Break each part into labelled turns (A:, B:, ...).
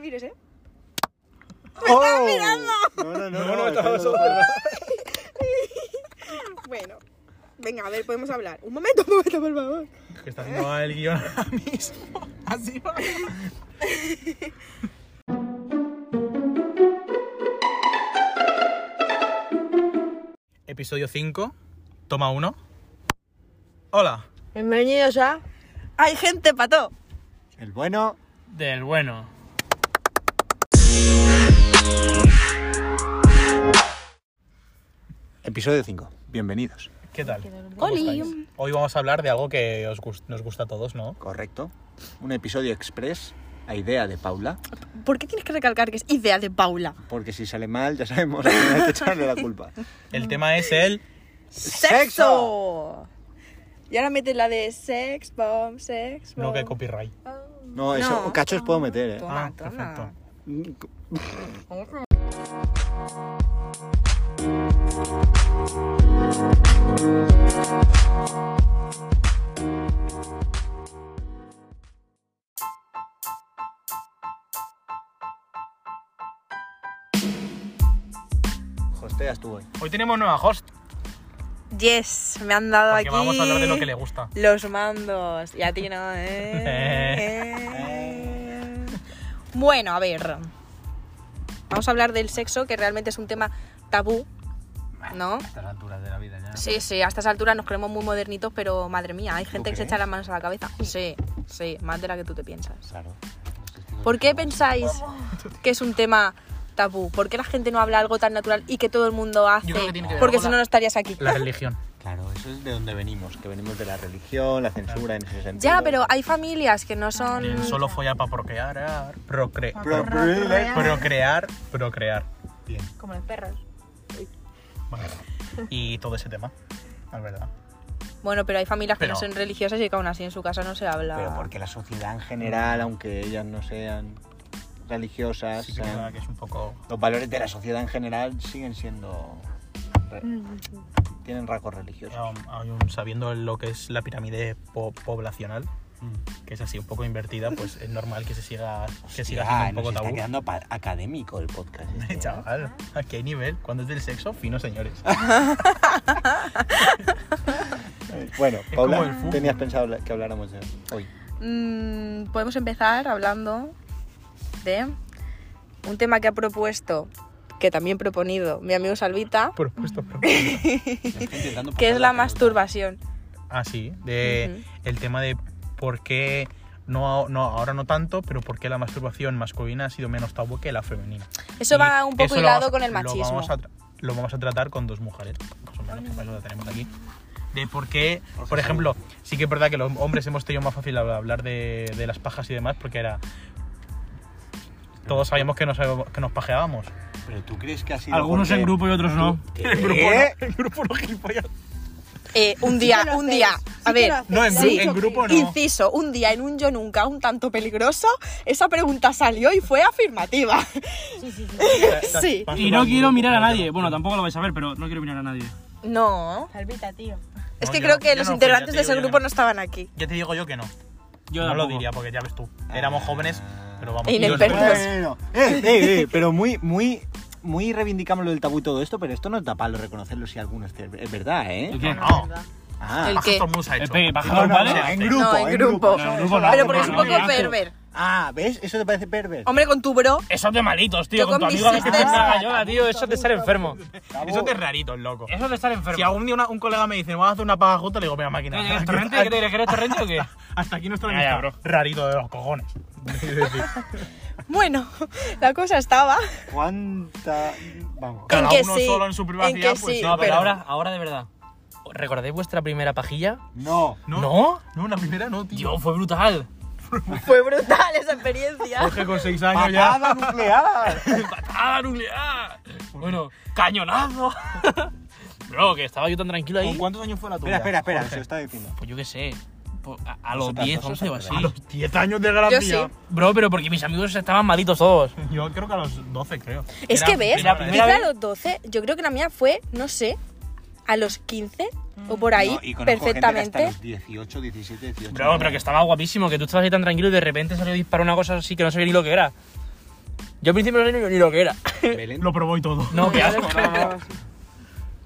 A: quieres, ¿eh? ¡Ah,
B: ¡Oh!
A: mirando!
B: No, no, no,
C: No, no,
B: está-
C: estaba solo.
A: Bueno, venga, a ver, podemos hablar. Un momento, un momento, por favor.
C: Que está haciendo el guión ahora mismo. Así va. Episodio 5, toma 1. Hola.
A: Bienvenidos a. ¡Hay gente, pato!
B: El bueno.
C: Del bueno.
B: Episodio 5. Bienvenidos.
C: ¿Qué tal? ¿Cómo estáis? Hoy vamos a hablar de algo que os gus- nos gusta a todos, ¿no?
B: Correcto. Un episodio express a idea de Paula.
A: ¿Por qué tienes que recalcar que es idea de Paula?
B: Porque si sale mal, ya sabemos a quién hay que echarle la culpa.
C: El tema es el...
A: ¡Sexo! Y ahora mete la de sex bomb, sex bomb.
C: No, que copyright.
B: No, eso
A: No.
B: cachos puedo meter,
A: Toma,
C: Ah, perfecto.
B: ¿eh? Hosteas tú hoy.
C: Hoy tenemos nueva host,
A: Yes, me han dado
C: porque
A: aquí.
C: vamos a hablar de lo que le gusta.
A: Los mandos. Y a ti no, ¿eh? Eh. Bueno, a ver. Vamos a hablar del sexo, que realmente es un tema tabú, ¿no?
C: A estas alturas de la vida ya.
A: Sí, sí, a estas alturas nos creemos muy modernitos, pero madre mía, hay gente que se
B: crees?
A: echa las manos a la cabeza. Sí, sí, más de la que tú te piensas.
B: Claro.
A: ¿Por qué pensáis que es un tema tabú? ¿Por qué la gente no habla algo tan natural y que todo el mundo hace?
C: Yo creo que tiene que ver
A: Porque
C: con
A: si no,
C: la-
A: no estarías aquí.
C: La religión.
B: Claro, eso es de donde venimos, que venimos de la religión, la censura en ese sentido.
A: Ya, pero hay familias que no son...
C: El solo follar para procrear. ah. Procre,
B: Pro-
C: pro-
A: ¿eh?
C: procrear. Procrear.
B: Bien.
D: Como los perros.
C: Bueno, y todo ese tema. Es verdad.
A: Bueno, pero hay familias que
C: Pero-
A: no son religiosas y que aún así en su casa no se habla.
B: Pero porque la sociedad en general, aunque ellas no sean religiosas,
C: Sí que es
B: sean-
C: verdad que es un poco.
B: los valores de la sociedad en general siguen siendo... re- Tienen rasgos religiosos.
C: aún- aún sabiendo lo que es la pirámide po- poblacional, que es así un poco invertida, pues es normal que se siga, que siga
B: Ah,
C: siendo un poco
B: nos está
C: tabú.
B: quedando pa- académico el podcast. este, ¿eh?
C: Chaval, aquí hay nivel. Cuando es del sexo, fino, señores.
B: Bueno,
C: Es como el
B: Paula,
C: fútbol.
B: tenías pensado habla- que habláramos de hoy.
A: Mm, podemos empezar hablando de un tema que ha propuesto, que también proponido mi amigo Salvita,
C: Propuesto,
A: que es la masturbación.
C: Ah, sí, de el tema de por qué, no, no, ahora no tanto, pero por qué la masturbación masculina ha sido menos tabú que la femenina.
A: Eso
C: Y
A: va un poco
C: lo
A: hilado
C: vamos-
A: con el
C: Lo
A: machismo.
C: vamos a, tra- lo vamos a tratar con dos mujeres, más o menos, que para eso la tenemos aquí. De por qué, por ejemplo, sí que es verdad que los hombres hemos tenido más fácil hab- hablar de, de las pajas y demás, porque era. Todos sabíamos que nos, que nos pajeábamos.
B: Pero tú crees que ha sido...
C: Algunos en
B: porque-
C: grupo y otros no.
B: ¿Qué?
C: En grupo
B: ¿Eh?
C: no. En grupo no, gilipollas.
A: Eh, un día, un día, a ver,
C: No, en, gru-
A: Sí.
C: en grupo no.
A: inciso, un día en un yo nunca, un tanto peligroso, esa pregunta salió y fue afirmativa. Sí.
E: Y no quiero mirar a nadie. Bueno, tampoco lo vais a ver, pero no quiero mirar a nadie.
A: No,
D: Salvita, tío.
A: es que
C: yo-
A: creo que
C: yo
A: los
C: no fui,
A: integrantes
C: ya te
A: de ese
C: digo yo
A: grupo
C: que
A: no estaban aquí.
C: Ya te digo yo que no.
E: Yo
C: no lo
E: tampoco.
C: diría porque ya ves tú. Éramos jóvenes, pero vamos.
A: Inexpertos.
C: yo
B: Bueno,
C: no-
B: eh, eh, eh, pero muy, muy, muy reivindicamos lo del tabú y todo esto, pero esto no da palo reconocerlo si alguno es, cier- es verdad, ¿eh?
E: ¿El qué?
C: No,
B: Ah,
A: El-
C: pajas
A: qué?
C: todo el mundo se ha hecho.
E: Espera, ¿pajas
B: no, no,
E: grupales?
B: no, en
C: Sí.
B: grupo,
A: no, en grupo.
E: No, en grupo no,
A: Pero
E: no,
A: porque es un
E: no,
A: poco
E: no.
A: perver.
B: Ah, ¿ves? Eso te parece perver.
A: Hombre, con tu bro,
E: Eso de malitos,
A: Yo
E: tío. Con tu
A: con mis
E: amiga que te
A: sisters-
E: una gallola, tío. Eso es de estar enfermo.
B: Tabú.
C: Eso es de rarito, loco.
E: Eso es de estar enfermo.
C: Si algún día una- un colega me dice, vamos a hacer una paja junta, le digo, mira,
E: ¿Qué
C: máquina.
E: quieres,
C: hasta
E: torrente?
C: aquí-
E: ¿Qué quieres, quieres torrente o qué?
C: Hasta aquí nuestra
E: Ya, ya,
C: amistad. Rarito de los cojones. Es decir,
A: bueno, la cosa estaba.
B: ¿Cuánta...? Vamos.
C: cada
A: que
C: uno
A: sí,
C: solo en su
A: en
C: privacidad,
A: que
C: pues
A: sí,
C: no, pero ahora.
E: ahora de verdad. ¿Recordáis vuestra primera pajilla?
B: No.
C: No, no,
E: ¿No?
C: la primera no, tío.
E: Dios, fue brutal.
A: Fue brutal esa experiencia.
C: Jorge con 6 años ya.
B: ¡Patada nuclear!
E: ¡Patada nuclear! Bueno, cañonazo. Bro, que estaba yo tan tranquilo ahí.
C: ¿Con cuántos años fue la tuya?
B: espera, espera, espera, se
C: Jorge?
B: lo está diciendo.
E: Pues yo qué sé. po- A, a los
B: Nosotras
E: 10,
B: dos
E: 11 o así.
C: A los 10 años de gran
A: Yo
C: día.
E: Bro, pero porque mis amigos estaban malitos todos.
C: Yo creo que a los 12, creo.
A: Es que ves,
E: la
A: dice
E: primera vez-
A: a los 12, yo creo que la mía fue, no sé, a los 15 o por ahí,
B: No, y conozco gente que
A: perfectamente.
B: hasta los 18, 17, 18...
E: Bro, pero que estaba guapísimo, que tú estabas ahí tan tranquilo y de repente salió disparar una cosa así que no sabía ni lo que era.
D: Yo al principio no sé ni, ni lo que era.
B: Belén.
C: Lo probó y todo.
E: No, qué asco, no, no.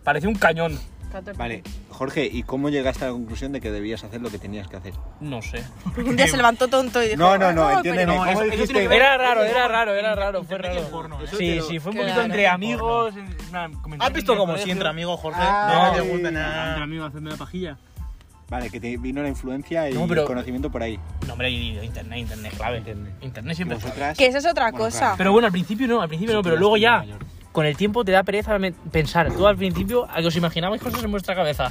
E: Parece un cañón.
B: Vale, Jorge, ¿y cómo llegaste a la conclusión de que debías hacer lo que tenías que hacer?
E: No sé.
A: Porque un día se levantó tonto y dijo...
B: No, no,
A: "Ah,
B: no,
A: coño".
B: entiéndeme.
C: no,
B: ¿Cómo
C: eso- eso
B: dijiste?
C: tiene que ver-
D: Era raro, era raro, era raro, fue
C: Internet y el
D: raro.
C: porno, ¿eh.
D: Sí, sí, fue un poquito
A: Claro.
D: entre amigos.
E: en plan, comentario
C: ¿Has visto
E: en el
C: cómo
E: colegio?
C: si entra amigo Jorge?
B: Ah,
C: no
B: sí.
C: te gusta
E: Entre
C: nada.
E: amigos haciendo la pajilla.
B: Vale, que te vino la influencia y
D: No, pero-
B: el conocimiento por ahí.
E: No, hombre, y- y internet, internet clave. Internet,
B: ¿Y
E: siempre es clave.
B: vosotras?
A: Que eso es otra
B: Bueno,
A: cosa.
B: claro.
E: Pero bueno, al principio no, al principio no, pero luego ya.
D: Con el tiempo te da pereza me- pensar. Tú al principio, a que os imaginabais cosas en vuestra cabeza.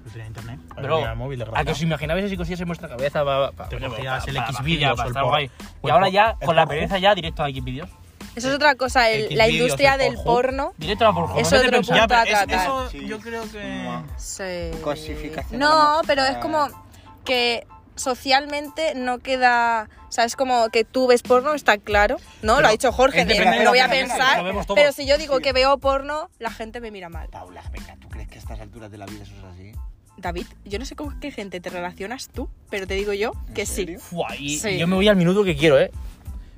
C: Pues tenía internet.
E: Bro,
C: Tenía móvil de
D: A que
C: gracia.
D: os imaginabais así cosillas en vuestra cabeza. va- va-
C: Te
E: Pero
C: cogías
E: pa-
C: el
E: pa- pa-
C: Xvideos
E: pa-
C: o el
E: pa-
C: Pop.
E: guay.
C: o el
E: Y ahora
C: Pop-
E: ya,
C: el
E: con la
C: Pop.
E: pereza ya, directo a Xvideos.
A: Eso es otra cosa, el-
C: Xvideos,
A: la
C: el
A: industria del
C: Pornhub.
A: porno.
E: Directo a la Pornhub.
A: Eso
E: No te
A: otro
E: pensás.
A: punto.
C: Ya, pero
A: a
C: es-
A: tratar.
C: eso yo creo
B: Mm.
C: que.
A: Sí.
B: Cosificación de
A: No,
B: la
A: pero es
B: mujer.
A: como que socialmente no queda. O sea, es como que tú ves porno, está claro. No, lo ha dicho Jorge,
C: es
A: de,
C: depende
B: de
A: lo voy a
B: la manera,
A: pensar.
E: lo vemos todos.
A: Pero si yo digo
B: Sí.
A: que veo porno, la gente me mira mal.
B: Paula, venga, ¿tú crees que a estas alturas de la vida eso es así?
A: David, yo no sé con qué gente te relacionas tú, pero te digo yo
B: ¿En
A: que sí.
B: serio?
D: Buah, y
A: Sí.
D: yo me voy al minuto que quiero, ¿eh?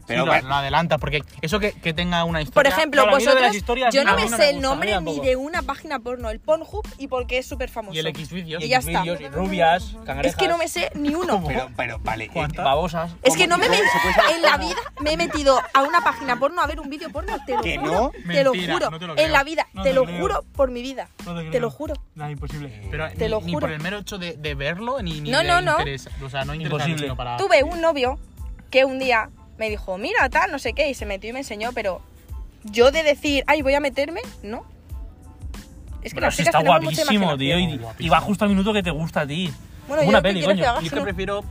B: Pero
C: Pero
B: bueno.
C: lo adelanta, porque eso que, que tenga una historia.
A: Por ejemplo,
E: claro, a mí lo de las
A: vosotros,
E: historias,
A: yo
E: a
A: no
E: mí
A: me
E: no me
A: sé el
E: gusta, a mí
A: nombre ni
E: tampoco.
A: de una página porno, el Pornhub y porque es súper famoso.
E: Y el Xvideos.
A: Y ya está.
E: Xvideos, y rubias,
A: Es
E: cangrejas.
A: que no me sé ni uno.
B: Pero, pero, vale. eh,
E: Babosas.
A: Es que no me he
B: ¿Cómo? ¿Se puede
A: metido
B: saber
A: en la vida me he metido a una página porno a ver un vídeo porno, te lo
B: ¿Que
A: juro,
B: no?
A: te lo
C: Mentira,
A: juro,
C: no te lo creo.
A: en la vida,
E: No
A: te
E: te
A: lo
E: creo.
A: juro por mi vida,
E: No te
A: te
E: creo.
A: lo juro.
E: No,
B: eh,
E: imposible.
C: Pero
A: Te
C: ni,
A: lo
C: ni
A: juro.
C: por el mero hecho de, de verlo, ni, ni
A: No,
C: de
A: no, no.
C: interés- O sea, no interesa,
E: Imposible.
C: sino para.
A: Tuve un novio que un día me dijo, mira tal, no sé qué, y se metió y me enseñó, pero yo de decir, ay, voy a meterme, no. Es que
E: Pero
A: las
E: eso
A: chicas
E: está
A: tenemos mucha
E: guapísimo,
A: imaginación.
E: tío. Y, y va justo al minuto que te gusta a ti.
A: Bueno, yo
E: Una
A: lo que
E: peli,
A: quiero es que
E: coño.
A: hagas
C: Yo es que
A: una-
C: prefiero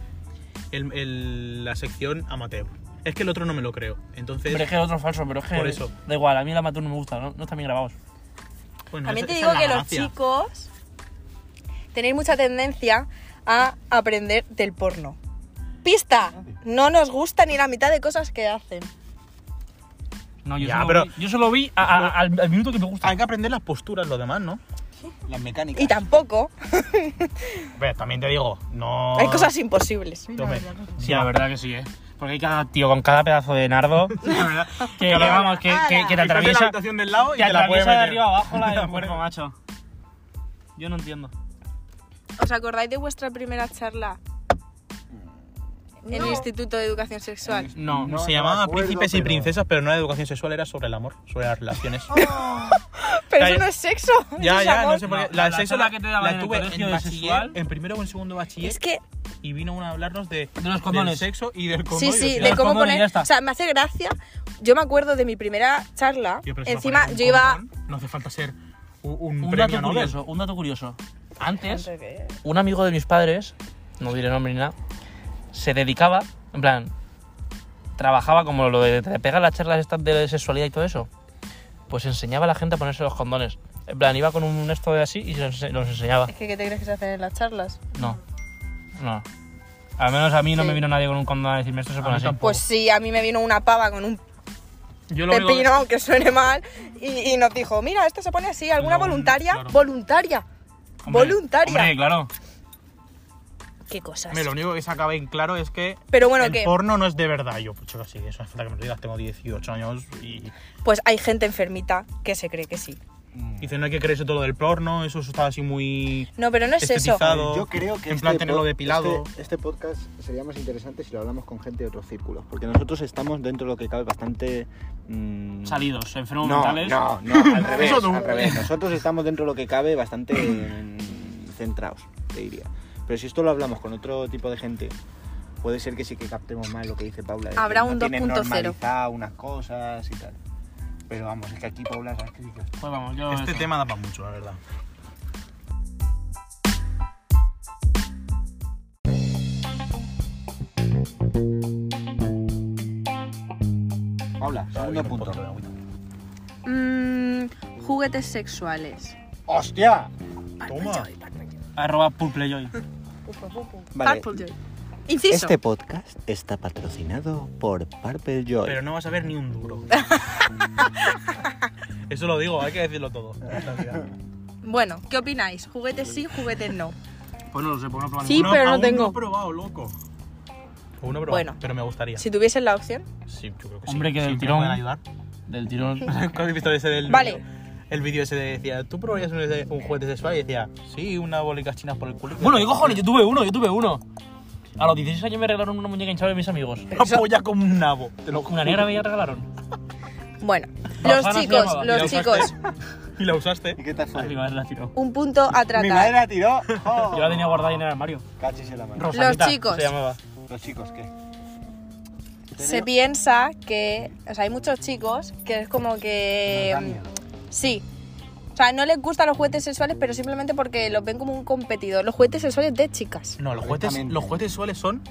C: el- el- la sección amateur. Es que el otro no me lo creo. Entonces.
D: Pero es que el otro es falso, pero es que.
C: Por eso.
D: Da igual, a mí la matón no me gusta, no, no están bien grabados.
C: bueno,
A: También
C: esa-
A: te
C: pues, esa
A: digo
C: es
A: que
C: la
A: los
C: gracia.
A: chicos tenéis mucha tendencia a aprender del porno. Pista, no nos gusta ni la mitad de cosas que hacen.
E: No, yo,
C: Ya,
E: solo,
C: pero-
E: vi, yo solo vi a- a- a- al, al minuto que me gusta.
C: Hay que aprender las posturas, lo demás, ¿no?
B: Las mecánicas.
A: Y tampoco,
C: A ver, también te digo, no.
A: hay cosas imposibles.
C: Tome.
D: Sí, la verdad que sí, ¿eh? Porque hay cada tío con cada pedazo de nardo
C: La verdad.
D: que, que vamos, que, que, que
C: Estás
D: te
C: en la
D: atraviesa.
C: habitación del lado y
D: Te
C: te la puede
D: atraviesa de
C: meter.
D: arriba abajo la del cuerpo, macho. Yo no entiendo.
A: ¿Os acordáis de vuestra primera charla en el Instituto de Educación Sexual?
D: No,
B: No,
C: Se
B: no
C: llamaba
B: me acuerdo,
C: Príncipes y
B: pero-
C: Princesas, pero no era educación sexual, era sobre el amor, sobre las relaciones.
A: Pero eso
C: Ya, ya.
A: no es sexo. eso
C: ya,
A: Oh, es
C: ya,
A: amor.
C: no sé por qué.
D: No,
C: La,
D: la
C: sexo
D: charla
C: la,
D: que te daban
C: la
D: en el
C: tuve en,
D: colegio de
C: bachiller,
D: sexual.
C: en primero o en segundo bachiller,
A: Es que,
C: y vino una a hablarnos de,
D: De los condones.
C: del sexo y del condón.
A: sí,
C: y
A: sí,
C: yo
A: de
C: decía,
A: cómo
D: Pongo y ya
A: poner...
D: está.
A: O sea, me hace gracia. Yo me acuerdo de mi primera charla.
C: "Tío, pero si no
A: Encima,
C: pones un
A: yo iba...
C: condón, No hace falta ser un, un
D: Un
C: premio
D: dato
C: Nobel.
D: curioso, un dato curioso. Antes, un amigo de mis padres, no diré nombre ni nada, se dedicaba, en plan, trabajaba como lo de te pegan las charlas estas de sexualidad y todo eso. Pues enseñaba a la gente a ponerse los condones. En plan, iba con un esto de así y se los, ense- los enseñaba.
A: Es que, ¿qué te crees que se hacen en las charlas?
D: No. No. Al menos a mí no
A: Sí.
D: me vino nadie con un condón a decirme esto se
C: mí
D: pone así.
C: tampoco.
A: Pues sí, a mí me vino una pava con un
C: Oh. Yo lo único que-
A: pepino, aunque suene mal, y, y nos dijo, mira, esto se pone así, alguna
C: No,
A: voluntaria,
C: claro.
A: voluntaria,
D: Hombre,
A: voluntaria.
D: Hombre, claro.
A: Qué cosas.
C: me- lo único que se acaba en claro es que
A: Pero bueno,
C: el
A: que
C: porno no es de verdad. Yo, pues chicos, sí, eso es falta que me lo digas. Tengo 18 años y
A: pues hay gente enfermita que se cree que sí.
C: dicen no hay que creerse todo lo del porno. Eso está así muy.
A: No, pero no es eso.
C: Estetizado.
B: Eh, Yo creo que
C: En plan,
B: este
C: tenerlo
B: pod-
C: depilado.
B: Este, este podcast sería más interesante si lo hablamos con gente de otros círculos, porque nosotros estamos dentro de lo que cabe bastante mm,
D: Salidos, enfermos
B: No,
D: mentales.
B: no, no, al revés,
C: Eso no.
B: al revés. Nosotros estamos dentro de lo que cabe bastante mm, centrados, te diría. Pero si esto lo hablamos con otro tipo de gente, puede ser que sí que captemos más lo que dice Paula. de que
A: Habrá un
B: no tienen
A: 2.0.
B: normalizado unas cosas y tal. Pero vamos, es que aquí Paula, ¿sabes qué dices?
D: Pues vamos, yo.
C: Este tema da para mucho, la verdad.
B: Paula, segundo
C: Un
B: punto.
C: poquito de agüita.
A: Mm, juguetes sexuales.
B: ¡Hostia!
C: Toma.
D: Arroba purplejoy.
B: Vale,
A: Purple Joy. Inciso.
B: Este podcast está patrocinado por Purple Joy.
C: Pero no vas a ver ni un duro. Eso lo digo, hay que decirlo todo.
A: Bueno, ¿qué opináis? ¿Juguetes sí, juguetes no?
D: Pues no lo sé, pues no
A: Sí,
C: Uno-
A: pero no
C: aún
A: tengo.
C: he probado, loco. O uno, pero,
A: Bueno.
C: pero me gustaría.
A: Si tuviesen la opción.
C: Sí, yo creo que sí.
D: Hombre, que del
C: Sí, me
D: tirón.
C: pueden ayudar.
D: Del tirón.
C: ¿Cuándo habéis visto ese del
A: Vale.
C: vídeo? El vídeo ese de decía, ¿tú probarías un, un juguete sexual? Y decía, sí, una bolica china por el culo.
E: Bueno, ¿qué cojones? Yo tuve uno, yo tuve uno.
D: A los 16 años me regalaron una muñeca hinchable mis amigos.
C: Una polla como un nabo. Te lo
D: Una
C: juro.
D: negra me la regalaron.
A: Bueno,
E: Rosana
A: los
E: se
A: chicos,
E: llamaba.
C: Y la
A: los
C: usaste.
A: chicos,
C: Y la usaste.
B: ¿Y qué tal
D: La
B: fue?
D: primera vez la tiró.
A: un punto a
B: Mi
A: tratar.
B: madre la tiró. Oh.
D: Yo la tenía guardada ahí en el armario.
B: Cachis en la mano.
D: Rosalita,
A: chicos.
D: Se llamaba.
B: Los chicos, ¿qué?
A: Se piensa que, o sea, hay muchos chicos que es como que mm,
B: Nos da miedo.
A: sí. O sea, no les gustan los juguetes sexuales, pero simplemente porque los ven como un competidor. Los juguetes sexuales de chicas.
C: No, los juguetes,
B: Correctamente.
C: los juguetes sexuales son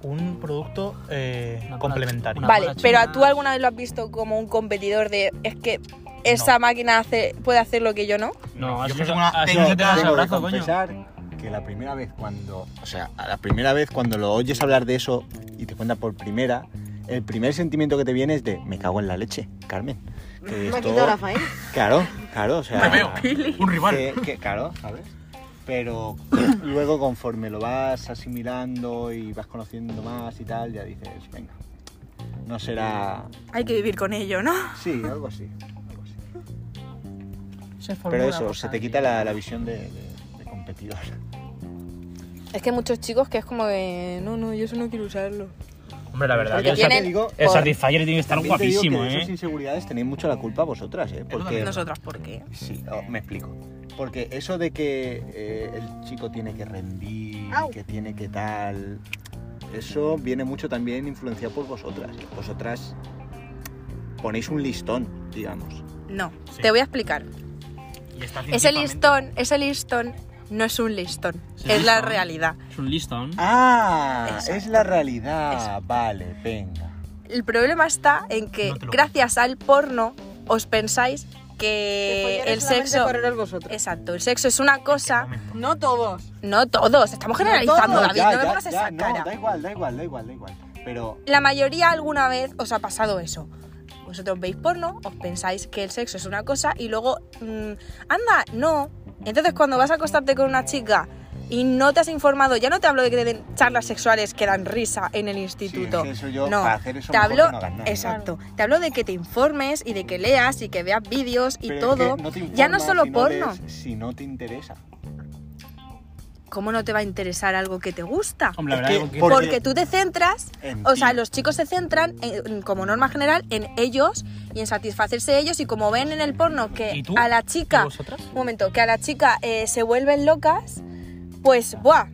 C: un producto eh,
D: Una
C: complementario.
D: Una
A: vale,
D: bola
A: pero
D: china.
A: ¿tú alguna vez lo has visto como un competidor de es que esa máquina hace, puede hacer lo que yo no?
D: No,
C: Yo
D: así
C: que
D: no se-
C: tengo una
D: así
C: técnica
D: no se Ah, te das
B: Tengo que
D: abrazo, coño.
B: confesar que la primera vez cuando, o sea, a la primera vez cuando lo oyes hablar de eso y te cuenta por primera, el primer sentimiento que te viene es de me cago en la leche, Carmen. Que
F: Me ha
B: esto-
F: quitado Rafael.
B: Claro, claro, o sea,
E: Me veo. Un rival.
B: que, que- claro, ¿sabes? Pero luego conforme lo vas asimilando y vas conociendo más y tal, ya dices, venga, no será...
A: Hay que vivir con ello, ¿no?
B: Sí, algo así. algo así.
D: Se formó
B: Pero
D: una
B: eso,
D: cosa
B: se te
D: así.
B: quita la, la visión de, de- de competidor.
A: Es que hay muchos chicos que es como de no, no, yo eso no quiero usarlo.
D: Hombre, la verdad.
B: Porque
D: que el
B: tiene-
D: Sat-
B: te digo,
D: El
A: por-
D: Satisfyer tiene que estar
B: También te digo que
D: guapísimo,
B: de esas
D: eh.
B: inseguridades tenéis mucho la culpa vosotras, ¿eh? Porque...
A: nosotras, ¿por qué?
B: Sí, oh, me explico. Porque eso de que eh, el chico tiene que rendir,
F: Au.
B: que tiene que tal, eso viene mucho también influenciado por vosotras. Vosotras ponéis un listón, digamos.
A: No,
C: Sí.
A: te voy a explicar.
C: Y está
A: Ese
C: científicamente-
A: listón, ese listón no es un listón,
D: Sí,
A: es la
D: listón.
A: realidad.
D: Es un listón.
B: Ah,
A: Exacto.
B: es la realidad.
A: Exacto.
B: Vale, venga.
A: El problema está en que
C: No te lo
A: gracias al porno os pensáis
B: Eh,
A: que el sexo
F: vosotros.
A: Exacto, el sexo es una cosa,
B: Eh,
F: No todos.
A: no todos, estamos generalizando,
F: todos,
A: David, no me pongas esa
B: no,
A: cara.
B: da igual, da igual, da igual, da igual. Pero
A: La mayoría alguna vez os ha pasado eso. Vosotros veis porno, os pensáis que el sexo es una cosa y luego, mm, anda, no. Entonces cuando vas a acostarte con una chica y no te has informado, ya no te hablo de que te den charlas sexuales que dan risa en el instituto.
B: Sí, es que eso yo,
A: no,
B: para hacer eso
A: te
B: mejor
A: hablo,
B: que no hagas nada.
A: exacto, te hablo de que te informes y de que leas y que veas vídeos y
B: pero es
A: todo.
B: que te
A: ya no
B: informas
A: solo
B: si
A: porno.
B: lees, si no te interesa.
A: ¿Cómo no te va a interesar algo que te gusta?
D: Hombre,
B: Es
D: la verdad
B: que
D: algo que-
B: por-
A: Porque,
B: porque-
A: tú te centras,
B: En
A: o
B: ti.
A: sea, los chicos se centran en- como norma general en ellos y en satisfacerse ellos y como ven en el porno que
C: ¿Y tú?
A: a la
C: ¿Y
A: chica,
C: vosotras?
A: un momento, que a la chica eh, se vuelven locas, pues buah,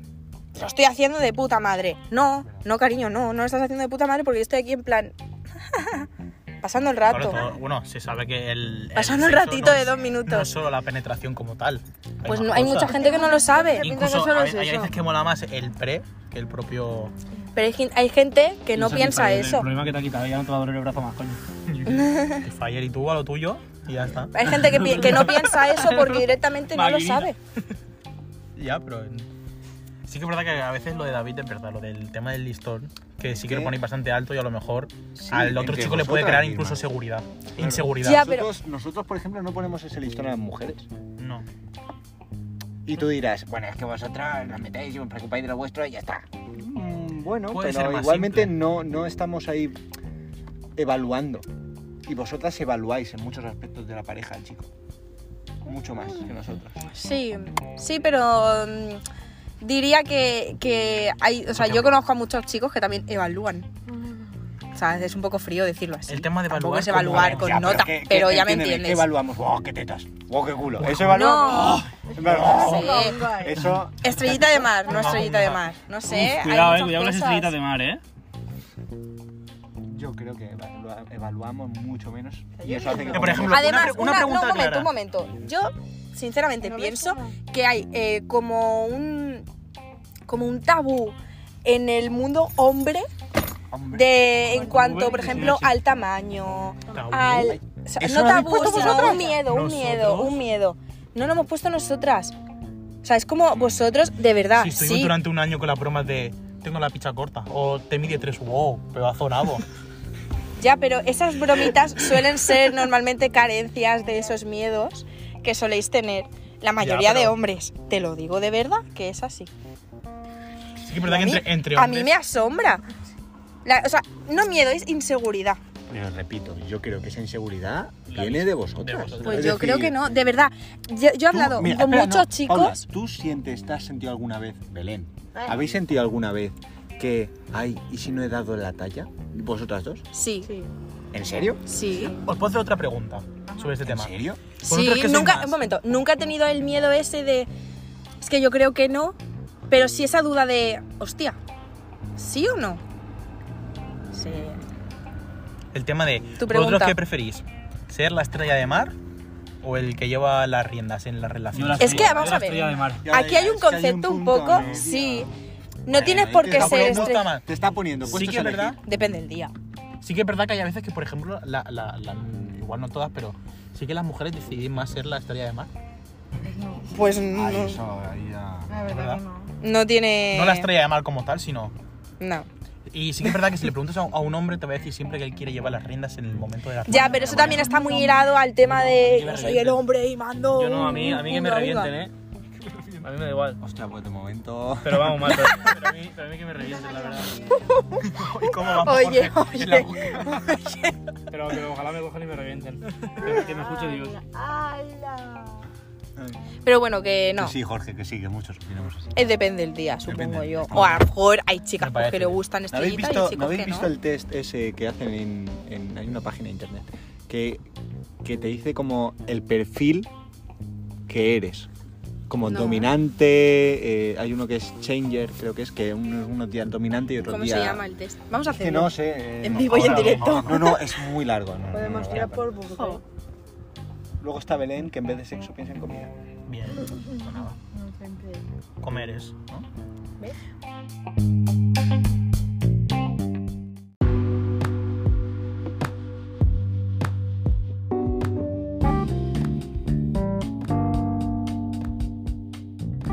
A: lo estoy haciendo de puta madre. No, no cariño, no, no lo estás haciendo de puta madre porque yo estoy aquí en plan pasando el
C: Sobre
A: rato.
C: todo, bueno, se sabe que el. el
A: Pasando un
C: sexo
A: ratito
C: no
A: de
C: es-
A: dos
C: No
A: minutos.
C: es solo la penetración como tal.
A: pues
C: más
A: no, hay
C: cosas.
A: mucha gente que no lo sabe.
F: que piensa que
C: Incluso
F: solo
C: hay,
F: es
C: hay
F: eso.
C: veces que mola más el pre que el propio.
A: Pero hay, gen- hay gente que
D: el
A: no
D: Satisfyer,
A: piensa
D: El
A: eso.
D: problema que te ha quitado, ya no te va a doler el brazo más, coño.
C: que Fire y tú a lo tuyo y ya está.
A: Hay gente que, pi- que no piensa eso porque directamente no lo
D: Maquinita.
A: sabe.
C: Ya, pero. en- Sí que es verdad que a veces lo de David es verdad, lo del tema del listón, que sí
B: ¿Qué?
C: que lo ponéis bastante alto y a lo mejor
B: Sí,
C: al otro
B: entre
C: chico le puede
B: vosotras
C: crear
B: mismas.
C: incluso seguridad. Inseguridad.
A: Ya, pero-
B: nosotros, nosotros, por ejemplo, no ponemos ese listón a las mujeres.
C: No.
B: Y tú dirás, bueno, es que vosotras la metéis y os preocupáis de lo vuestro y ya está. Mm, bueno,
C: Puede ser
B: pero
C: más
B: igualmente
C: simple.
B: no, no estamos ahí evaluando. Y vosotras evaluáis en muchos aspectos de la pareja al chico. Mucho más que nosotros.
A: Sí, sí, pero mm, diría que, que hay, o sea, yo conozco a muchos chicos que también evalúan. O sea, es un poco frío decirlo así.
C: El tema de
A: Tampoco
C: evaluar
A: es evaluar
C: como-
A: con
B: Ya,
A: nota,
B: ¿qué-
A: pero,
B: qué-
A: ya me
B: entiéndeme, ¿Qué
A: entiendes.
B: evaluamos? ¡Oh, qué tetas! ¡Oh, qué culo!
A: No.
B: Eso evaluamos. ¡Oh! En plan, ¡oh!
A: Sí.
B: Eso.
A: Estrellita de mar, no
C: Vamos,
A: estrellita de
C: va.
A: mar. No sé.
D: Uf, cuidado,
A: hay muchas
D: eh, cuidado con las
A: cosas.
D: estrellitas de mar, eh.
B: Yo creo que evalua- evaluamos mucho menos. Y eso hace que.
C: Yo, por ejemplo,
A: Además,
C: pre- una
A: una- no,
C: pregunta clara.
A: un momento, un momento. Yo, sinceramente,
F: No me
A: pienso
F: suena.
A: que hay eh, como un como un tabú en el mundo hombre
B: Hombre,
A: de en cuanto, por
D: sí,
A: ejemplo,
D: sí.
A: al tamaño,
C: Tabú.
A: al o sea,
B: ¿Eso
A: no
B: lo habéis
A: tabú,
B: puesto
A: sino
B: vosotras?
A: un miedo, un miedo,
C: ¿Nosotros?
A: un miedo. No lo hemos puesto nosotras. O sea, es como vosotros, de verdad,
C: Si estuvimos
A: Ah, sí.
C: durante un año con las bromas de tengo la picha corta o te mide 3 wow, pedazo nabo.
A: Ya, pero esas bromitas suelen ser normalmente carencias de esos miedos que soléis tener la mayoría de
C: pero-
A: hombres. Te lo digo de verdad, que es así.
C: Sí que es verdad que
A: mí-
C: entre, entre
A: a mí
C: hombres...
A: me asombra. La- o sea, no miedo, es inseguridad.
B: Pero repito, yo creo que esa inseguridad viene de vosotras.
E: de vosotras.
A: Pues
B: Es
A: yo
B: decir,
A: creo que no, de verdad. Yo, yo he
B: tú-
A: hablado
B: mira,
A: con
B: espera,
A: muchos
B: no,
A: chicos.
B: Paula, ¿Tú sientes, te has sentido alguna vez, Belén? ¿Habéis sentido alguna vez que, ay, ¿y si no he dado la talla? ¿Vosotras dos?
A: sí, sí.
B: ¿En serio?
C: Os puedo hacer otra pregunta sobre este
B: ¿En
C: tema.
B: serio?
C: otras que
A: Sí,
C: sois
A: nunca,
C: más.
A: un momento, nunca he tenido el miedo ese de. Es que yo creo que no, pero sí esa duda de. Hostia, ¿sí o no? Sí.
C: El tema de,
A: Tu
C: ¿vosotros
A: pregunta.
C: qué preferís? ¿Ser la estrella de mar o el que lleva las riendas en las relaciones?
A: Es que vamos
E: Yo la
A: a ver.
E: estrella de mar.
A: Aquí hay un
B: Es que hay un
A: concepto un
B: punto
A: poco.
B: medio.
A: Sí. No
B: Bueno,
A: tienes
B: ahí
A: por
B: te
A: qué
B: está
A: ser
B: poniendo-
A: este.
C: mal.
B: Te está poniendo
C: Sí
B: puestos
C: que es
B: a elegir.
C: verdad
A: Depende del día.
C: Sí que es verdad que hay veces que, por ejemplo, la, la- la- igual no todas, pero sí que las mujeres decidís más ser la estrella de mar.
A: Pues
B: Ahí
A: no,
B: eso, ahí ya.
F: La verdad que no.
A: no tiene.
C: No la estrella de mar como tal, sino...
A: No.
C: Y sí que es verdad que si le preguntas a un, a un hombre te va a decir siempre que él quiere llevar las riendas en el momento de la
A: Ya, pero eso también está muy hilado al tema de. Yo soy el hombre y mando.
D: Yo no, a mí, a mí que me
A: Uga, uga.
D: revienten, ¿eh? A mí me da igual.
B: Hostia, pues de momento.
D: Pero vamos, mal, pero, pero a, mí, pero a mí que me revienten, la verdad.
C: ¿Y cómo vamos,
A: Oye,
C: Jorge? En la-
A: oye.
E: Pero que ojalá me cojan y me revienten. Pero que me escuche Dios.
A: Pero bueno, que no.
B: Que Pues sí, Jorge, que sí, que muchos opinamos así.
A: Eh, Depende del día, supongo
B: Depende.
A: yo. O a lo mejor hay
C: Me
A: chicas pues,
C: parece
A: que le
C: bien.
A: gustan
B: ¿No habéis
A: estrellitas
B: visto,
A: y
B: ¿no
A: chicos
B: habéis
A: que
B: visto
A: no.
B: el test ese que hacen en, en- Hay una página de internet que, que te dice como el perfil que eres. Como
A: No.
B: dominante, eh, hay uno que es changer, creo que es, que uno, uno día dominante y otro
A: ¿Cómo
B: día...
A: se llama el test? Vamos a
B: Es que
A: hacerlo.
B: no sé... eh,
A: En
B: no,
A: vivo y en
B: ahora,
A: directo.
B: No, no, es muy largo. no, no,
F: Podemos
B: no,
F: tirar
B: no.
F: por Google.
B: Luego está Belén, que en vez de sexo piensa en comida.
C: Bien, no nada. Comer es, ¿no?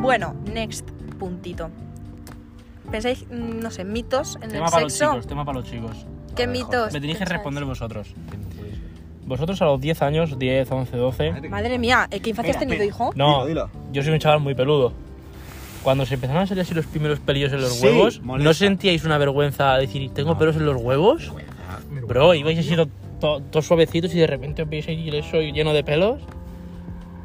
A: Bueno, next puntito. ¿Pensáis, mm, no sé, mitos en
E: Tema
A: el
E: para los
A: sexo?
E: chicos, tema para los chicos.
A: ¿Qué
B: A ver,
A: mitos?
E: Me tenéis que
A: pensáis?
E: responder vosotros.
D: Vosotros a los 10 años, 10, 11, 12...
A: Madre mía, ¿eh, ¿qué infancia has tenido, hijo?
D: No,
B: Dilo,
D: yo soy un chaval muy peludo. Cuando se empezaron a salir así los primeros pelillos en los
B: Sí,
D: huevos,
B: molesta.
D: ¿no sentíais una vergüenza de decir, tengo pelos en los huevos?
B: Ah,
D: Bro, ibais sido todos suavecitos y de repente os veis ahí eso lleno de pelos.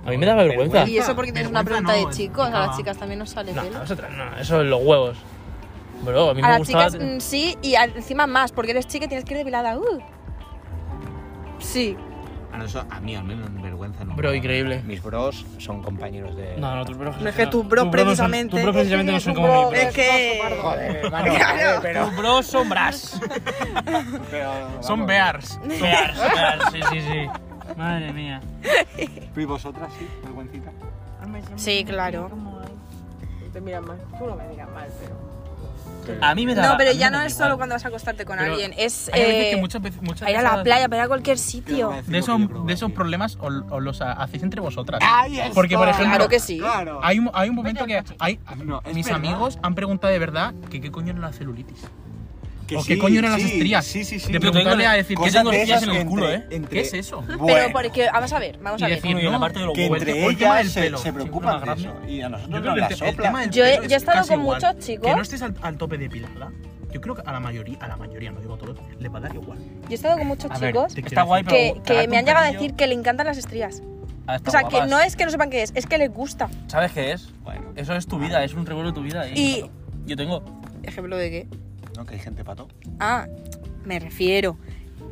D: A mí me daba vergüenza.
A: Y eso porque tienes una pregunta de chicos. A las chicas también nos sale
D: No,
A: pelo.
D: a vosotras no, eso en los huevos. Bro, a mí
A: A
D: me
A: las
D: gustaba...
A: chicas mm, sí, y a- encima más, porque eres chica y tienes que ir depilada. Uh. Sí,
B: A, nosotros- a mí al menos vergüenza no.
D: Bro, increíble.
B: Mis bros son compañeros de...
D: No, no, tus bros...
A: mm. No es que tus bros
D: no son-
A: precisamente-
D: Tus bros precisamente no son como mis bros.
A: que.
D: Tus bros son bras.
C: Son bears.
D: Bears, bears, sí, sí, sí. Madre mía.
B: ¿Y vosotras sí? Vergüencita.
A: Sí, claro.
F: Te miran mal. Tú no me miras mal, pero.
D: A mí me daba...
A: No, pero
D: a mí
A: ya
D: me
A: no
D: daba
A: es
D: igual.
A: solo cuando vas a acostarte con
E: Pero
A: alguien, es
E: Hay veces
A: eh,
E: que muchas veces. Muchas
A: a ir a la
E: veces-
A: playa, para ir a cualquier sitio.
C: De esos, de esos problemas os, os los ha- hacéis entre vosotras.
B: Ahí está.
C: Porque, por ejemplo,
A: Claro que sí.
B: Ah, Claro.
C: hay, un, hay un momento que hay,
B: No, es
C: mis
B: verdad.
C: amigos han preguntado de verdad que qué coño era la celulitis. o qué coño eran las estrías.
B: Sí, sí, sí.
C: De
B: Yo
C: preguntarle
B: tengo-
C: a decir, ¿qué
B: cosas
C: tengo
B: de
C: estrías en
B: esas
C: el
B: que
C: culo,
B: entre-
C: eh?
B: entre-
C: ¿Qué es eso?
A: Pero
B: Bueno,
A: porque, vamos a ver, vamos
D: Y
A: a ver.
D: decir,
E: y de la
D: no,
E: parte de los
B: que
E: huevos.
B: entre
C: o el tema
B: ellas
C: del
B: se,
C: pelo,
B: se
C: si uno
B: preocupan
C: agarra-
B: de eso. Y a
C: Yo
B: nosotros
C: creo
B: nos
C: que el,
B: la
C: te- el
B: sopla.
C: tema del
A: Yo he-
C: pelo
A: yo he
C: es
A: estado
C: casi
A: con
C: igual.
A: muchos chicos.
C: Que no estés al, al tope de pilada. Yo creo que a la mayoría, a la mayoría, no digo todos, les va a dar igual.
A: Yo he estado con muchos
C: A ver,
A: chicos
C: te
E: Está
C: quiero
E: guay,
C: decir.
A: que,
E: pero
A: que
E: cagarte
A: me han
E: un
A: llegado a
E: pelillo.
A: decir que le encantan las estrías.
D: Ah, está
A: O sea, que
D: guapas.
A: no es que no sepan qué es, es que les gusta.
D: ¿Sabes qué es?
B: Bueno,
D: Eso es tu vida, es un revuelo de tu vida.
A: Y-
D: claro, Yo tengo.
A: ¿Ejemplo de qué?
B: ¿no? Que hay gente pato.
A: Ah, me refiero.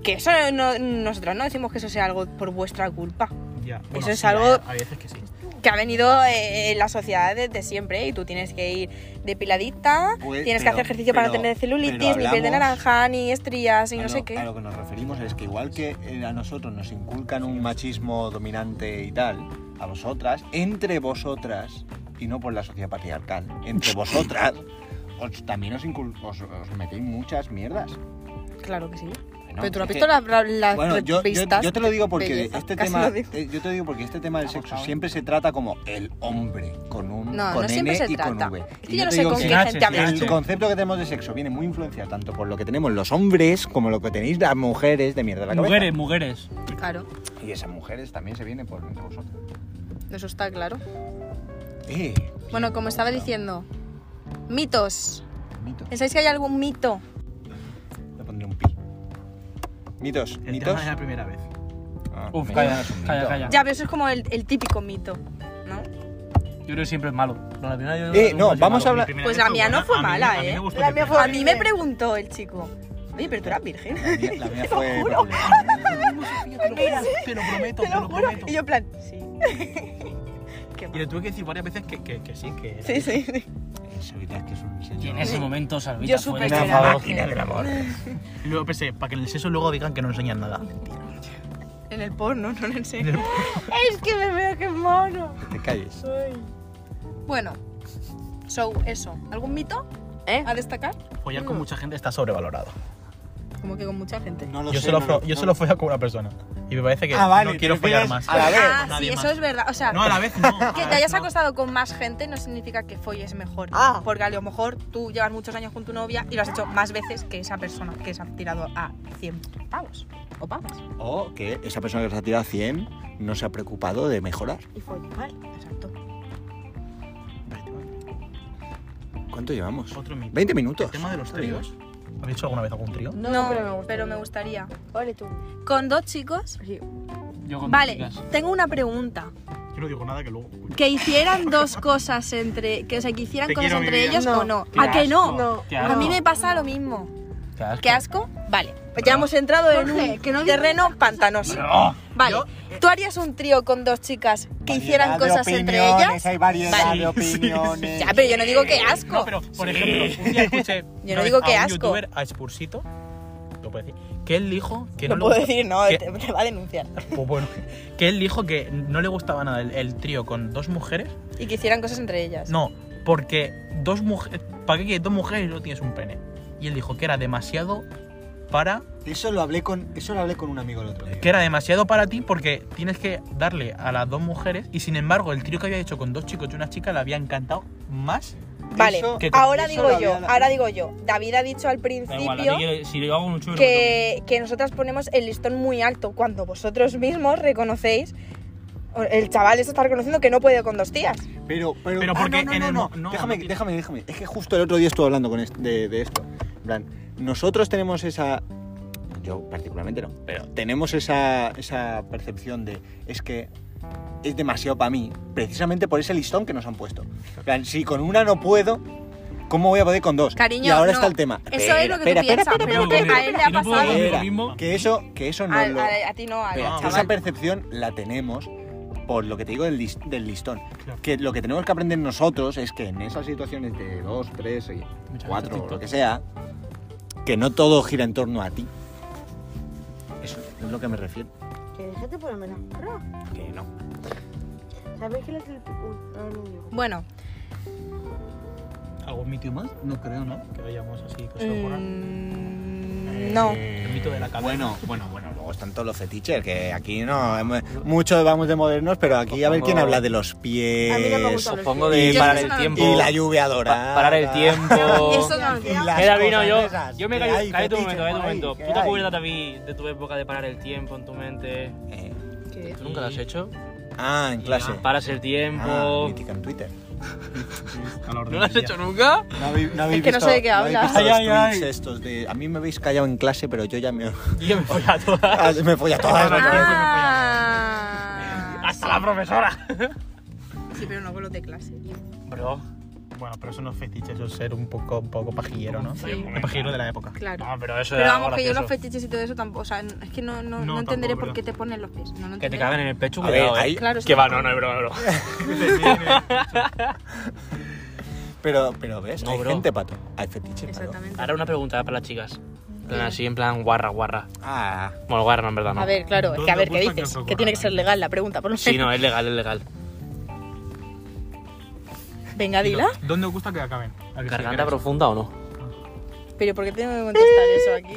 A: Que eso no- nosotros no decimos que eso sea algo por vuestra culpa.
C: Ya,
A: Eso es algo-
C: A, a veces que sí.
A: Que ha venido eh, en la sociedad desde siempre y tú tienes que ir depiladita,
B: Pues,
A: tienes que
B: pero-
A: hacer ejercicio para no
B: pero-
A: tener celulitis,
B: pero
A: ni piel de
B: hablamos-
A: naranja, ni estrías, ni
B: a
A: no
B: lo-
A: sé qué.
B: A lo que nos referimos es que igual que eh, a nosotros nos inculcan un machismo dominante y tal, a vosotras, entre vosotras, y no por la sociedad patriarcal, entre vosotras, os- también os, incul- os, os metéis muchas mierdas.
A: Claro que sí.
B: Bueno,
A: Pero tú no has
B: es
A: visto
B: que-
A: las, las
B: Bueno, yo, yo-
A: revistas.
B: yo te lo digo porque
A: belleza,
B: este
A: casi
B: tema,
A: lo digo.
B: eh, yo te digo porque este tema del sexo siempre se trata como el hombre con un
A: No,
B: con
A: no siempre
B: N
A: se
B: y con
A: trata.
B: V.
A: Es que
B: Y
A: yo no
B: te
A: sé
B: digo
A: con
B: que
A: qué
D: sin H,
A: gente
D: sin
A: hablas
D: H.
A: tú.
B: el concepto que tenemos de sexo viene muy influenciado tanto por lo que tenemos los hombres como lo que tenéis las mujeres de mierda en la cabeza.
D: Mujeres, mujeres.
A: Claro,
B: Y esas mujeres también se vienen por entre vosotros.
A: eso está claro.
B: Eh,
A: Bueno, como estaba diciendo, mitos
B: mitos.
F: ¿Pensáis que hay algún mito?
B: Le pondré un pi. Mitos,
C: El
B: mitos.
C: tema de la primera vez.
B: Ah,
D: Uf,
B: me
D: calla,
B: llamas un
D: calla,
B: mito.
D: calla.
F: Ya, pero eso es como el, el típico mito, ¿no?
D: Yo creo que siempre es malo. Pero la primera yo-
B: Eh, no,
D: yo-
B: vamos a hablar-
C: primera
F: Pues
C: vez
F: la mía
C: buena.
F: no fue
C: A mí- a
F: mala,
C: mí
F: ¿eh.
C: me gustó
E: La
C: que-
E: mía fue-
F: A mí me preguntó el chico, oye, pero tú eras virgen.
B: La mía- La mía fue. problema.
C: Te lo prometo,
E: Te lo juro. Y yo en plan, sí.
C: Y le tuve que decir varias veces que, que, que sí, que...
E: Sí, sí. sí.
B: Sabitas que es un señor.
D: Y en ese momento, Salvita
E: Yo
D: fue
E: supe que
D: la
E: era
D: favor.
B: Máquina del amor.
C: Y luego pensé, para que en el seso luego digan que no enseñan nada.
F: En el porno, no lo enseño.
E: Es que me veo que mono.
B: Te calles.
F: Bueno, so, eso. ¿Algún mito
E: ¿Eh?
F: a destacar?
C: Follar
B: Mm.
C: con mucha gente está sobrevalorado.
F: Como que con mucha gente.
B: No lo
C: Yo
B: sé,
C: solo,
B: no
C: fo-
B: lo-
C: yo
B: no
C: solo follo con una persona. Y me parece que
B: Ah, vale,
C: no quiero
B: te
C: follar
B: refieres
C: más.
B: a la vez.
F: Ah, sí,
C: Nadie
F: eso
C: más.
F: es verdad. O sea,
C: No, a la vez no. a la
F: que te
C: vez
F: hayas
C: no.
F: acostado con más gente no significa que folles mejor.
E: Ah.
F: Porque a lo mejor tú llevas muchos años con tu novia y lo has hecho más veces que esa persona que se ha tirado a 100 pavos o pavas.
B: O que esa persona que se ha tirado 100 no se ha preocupado de mejorar.
E: Y fue mal.
F: Exacto.
B: ¿Cuánto llevamos?
C: Otro mito.
B: 20 minutos.
C: El tema de los
B: Está bien.
C: tríos. ¿Habéis hecho alguna vez algún trío?
F: No, pero me gustaría.
E: Ole tú.
F: Con dos chicos.
E: Sí.
D: Yo con
F: Vale,
D: chicas.
F: tengo una pregunta.
C: Yo no digo nada que luego.
F: Que hicieran dos cosas entre. Que, o sea, que hicieran
C: Te
F: cosas
C: quiero, mi
F: entre
C: vida.
F: ellos
E: No.
F: o no.
D: Qué
F: ¿A que no?
D: asco.
E: No.
D: Qué
F: A
D: asco.
F: mí me pasa lo mismo.
D: Qué asco.
F: ¿Qué asco? Vale. Pues ya hemos entrado en un
E: Jorge, que no digas
F: terreno pantanoso.
C: ¡Oh!
F: Vale.
C: Yo-
F: ¿Tú harías un trío con dos chicas que hicieran
B: Variedad de
F: cosas entre
B: opiniones,
F: ellas?
B: Hay variedad
F: Vale.
B: de opiniones.
F: Ya, pero yo no digo que asco.
C: No, pero, por ejemplo, un día escuché
F: no
C: una
F: digo
C: vez
F: que
C: a un
F: asco.
C: youtuber, a Spursito, lo puedo decir, que él dijo que no,
F: no
C: le
F: puedo
C: gusta-
F: decir, no, este-
C: que-
F: te, te va a denunciar.
C: pues bueno, que él dijo que no le gustaba nada el, el trío con dos mujeres.
F: Y que hicieran cosas entre ellas.
C: No, porque dos mujeres. ¿Para qué quieres dos mujeres y no tienes un pene? Y él dijo que era demasiado para.
B: Eso lo hablé con, eso lo hablé con un amigo el otro día.
C: Que era demasiado para ti porque tienes que darle a las dos mujeres. Y sin embargo, el trío que había hecho con dos chicos y una chica le había encantado más.
F: Vale,
B: Eso-
C: que con
F: ahora
B: eso
F: digo
B: lo
F: yo,
B: había-
F: ahora digo yo. David ha dicho al
D: Da igual, a
F: principio
D: mí que- si yo hago un chulo.
F: que, que nosotras ponemos el listón muy alto cuando vosotros mismos reconocéis, o el chaval eso está reconociendo que no puede con dos tías.
B: Pero, pero,
C: Pero
B: ah,
C: porque
B: no,
C: en
B: no,
C: el
B: no,
C: mo- no,
B: déjame,
C: no tiene-
B: déjame, déjame. Es que justo el otro día estuve hablando con es- de, de esto. En plan, nosotros tenemos esa. Yo particularmente no, pero tenemos esa, esa percepción de es que es demasiado para mí, precisamente por ese listón que nos han puesto. En plan, si con una no puedo, ¿cómo voy a poder con dos?
F: Cariño,
B: y ahora
F: no.
B: está el tema.
F: Eso
B: Espera,
F: es lo que
B: espera,
F: tú
B: espera,
F: piensas,
B: espera,
F: pero que a él le ha
D: Si no puedo
F: pasado.
D: conmigo
B: espera.
D: mismo.
B: que eso, que eso no
F: Al-
B: lo.
F: A, a ti no, al
C: Espera,
F: chaval.
B: Esa percepción la tenemos por lo que te digo del, lis- del listón.
C: Claro.
B: Que lo que tenemos que aprender nosotros es que en esas situaciones de 2, 3,
D: gente
B: 4 o lo
D: TikTok.
B: que sea, que no todo gira en torno a ti. Eso es lo que me refiero.
E: Que déjate por lo menos.
B: Que no.
E: ¿Sabéis que la tele... No, no digo.
F: Bueno,
C: ¿Algún mito más? No creo, ¿no? Que vayamos así, que se lo ocurra.
F: mm, no.
B: Eh,
C: El mito de la cabeza.
B: Bueno, bueno, bueno, luego están todos los fetiches, que aquí no, hemos- mucho vamos de modernos, pero aquí a ver quién habla de los pies.
E: A mí no me gustan los
D: Pongo
B: Y
D: de
F: Yo
D: parar
F: no
D: el
F: sé
D: tiempo.
B: Y la lluvia dorada.
D: pa- parar el tiempo.
F: Eso no.
B: Y las
D: Mira, vino
B: cosas
D: yo.
B: esas
D: Yo me
B: que hay
D: callo. Cállate un
B: fetiches
D: momento, cállate un
B: por ahí,
D: momento.
B: que
D: ¿Tú te
B: hay.
D: acuerdas, David, de tu época de parar el tiempo en tu mente?
B: Eh,
E: ¿Qué?
D: ¿Tú nunca lo has hecho?
B: Ah, en clase.
D: Paras el
B: Ah,
D: tiempo.
B: mítica en Twitter.
C: A la orden
D: ¿No lo has
C: del día.
D: hecho nunca?
B: No habéis, no
F: habéis que no visto- sé de qué no hablas. habéis
C: visto los tweets
B: estos de... A mí me habéis callado en clase, pero yo ya me... Ah,
D: Y yo me voy a todas.
B: me folla todas.
C: Ah.
F: Ah.
D: ¡Hasta la profesora!
F: Sí, pero no con los de clase.
D: Bro,
C: Bueno, pero eso no es fetiche, eso es ser un poco, un poco pajillero, ¿no? Un pajillero de la época.
F: Claro.
D: no, pero eso
F: Pero
D: era
F: vamos, que yo
D: gracioso.
F: los fetiches y todo eso tampoco. O sea, n- es que no, no,
C: No,
F: no entenderé
C: tampoco,
F: por qué te ponen los pies. No, no
D: Que te
F: entenderé.
D: cagan en el pecho,
B: A ver,
D: cuidado, eh.
B: ahí-
F: Claro,
D: Que
F: sí.
D: va, no, no, bro, bro.
B: Pero, pero ves,
D: No,
B: hay
D: bro.
B: gente, pato. Hay fetiche, pato.
F: Exactamente.
D: Ahora una pregunta para las chicas. En plan Así en plan guarra, guarra.
B: Ah,
C: Eh,
D: Bueno, guarra no, en verdad no.
F: A ver, claro, es que a ver qué dices. Que tiene que ser legal la pregunta, por lo menos.
D: Sí, no, es legal, es legal.
F: Venga, dila.
C: ¿Dónde os gusta que acaben? ¿A que sí,
D: ¿Garganta
C: queréis?
D: profunda o no?
F: Pero ¿por qué tengo que contestar eso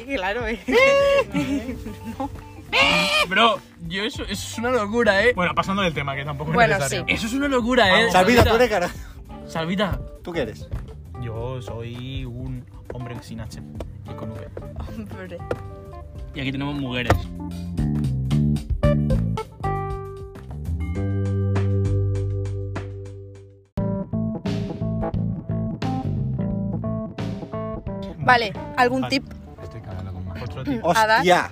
F: aquí? Claro, eh.
A: Bro, yo eso, eso es una locura, eh.
C: Bueno, pasando del tema, que tampoco
F: Bueno,
C: es necesario.
A: Eso es una locura, eh.
B: Salvita, tú eres cara.
A: Salvita.
B: ¿Tú qué eres?
C: Yo soy un hombre sin H y con V.
F: Hombre.
D: Y aquí tenemos mujeres.
F: Vale, algún tip.
B: Estoy cagando con más.
C: Otro tipo.
F: Adán.
B: ¡Hostia!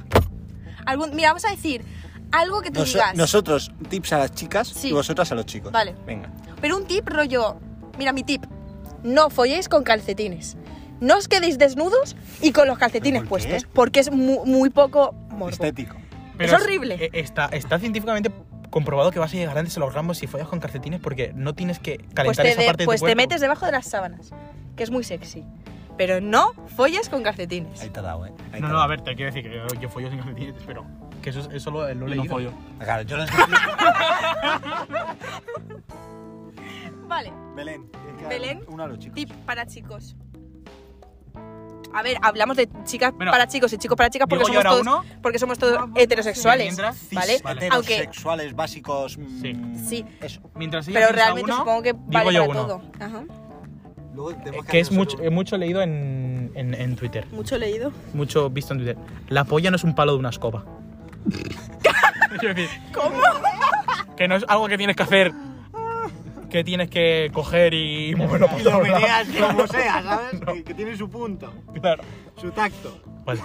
F: Algún, mira, vamos a decir algo que tú
B: Nos-
F: digas.
B: nosotros tips a las chicas
F: Sí.
B: y vosotras a los chicos.
F: Vale.
B: Venga.
F: Pero un tip rollo, mira mi tip, no folléis con calcetines. No os quedéis desnudos y con los calcetines
B: ¿Pero por qué?
F: puestos, porque es mu- muy poco
C: Este,
F: morbo.
B: Estético.
F: es horrible.
C: eh, Está, está científicamente comprobado que vas a llegar antes al orgasmo si follas con calcetines porque no tienes que
F: Pues,
C: calentar
F: te,
C: esa
F: de-
C: parte de
F: pues
C: tu
F: te
C: cuerpo.
F: metes debajo de las sábanas, que es muy sexy. Pero no folles con
B: Ahí
F: calcetines.
B: te ha dado, ¿eh? Ahí te
C: No,
B: ha
C: no, a
B: dado.
C: ver, te quiero decir que yo, yo follo sin calcetines, pero que eso, eso lo, lo he
D: Yo
C: leído.
D: no follo.
B: Claro, yo no
F: Vale,
B: Belén. tienes que dar
F: Belén,
B: Uno a los chicos.
F: tip para chicos. A ver, hablamos de chicas
C: Bueno,
F: para chicos y chicos para chicas porque
C: digo yo
F: somos todos,
C: ahora uno.
F: porque somos todos
E: Ah, bueno,
F: heterosexuales,
C: mientras cis,
F: ¿vale?
C: vale.
F: Aunque,
B: Heterosexuales básicos. mm,
C: Sí.
F: Sí.
B: Eso.
C: Mientras ella
F: pero
C: piensa
F: realmente
C: uno,
F: supongo que
C: digo
F: vale
C: yo
F: para
C: uno.
F: todo. Ajá.
B: Luego
C: Eh,
B: tenemos
C: Que es
B: hacer
C: mucho,
B: nosotros-
C: eh, mucho leído en, en, en Twitter.
F: Mucho leído.
C: Mucho visto en Twitter. La polla no es un palo de una escoba. Quiero decir,
F: ¿Cómo?
C: que no es algo que tienes que hacer. Que tienes que coger y moverlo por
B: Lo
C: todos lados.
B: veas como sea, ¿sabes? que, que tiene su punto,
C: Claro.
B: su tacto.
C: Vale,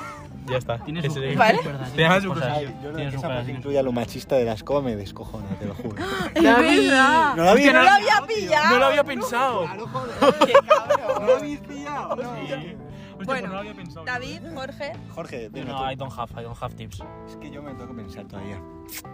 C: ya está.
A: Tienes
C: Ese
A: un
C: es el-
F: ¿Vale?
C: Tienes
A: sus
C: sus
A: cosas.
C: cosillas.
B: yo no
A: Tienes sus cosas.
B: esa parte que
A: tienes sus-
B: incluye a lo machista de las cosas me descojona, te lo juro.
F: Es
B: No
F: verdad.
B: lo había,
F: No lo había pillado.
C: No lo había pensado.
B: Claro, joder, qué cabrón. No lo habéis pillado. No.
C: Hostia, pues
F: Bueno,
C: no lo había pensado.
F: David, Jorge,
B: Jorge,
D: Yo
B: dime
D: no, I
B: tú.
D: don't have, I don't have tips.
B: Es que yo me tengo que pensar todavía.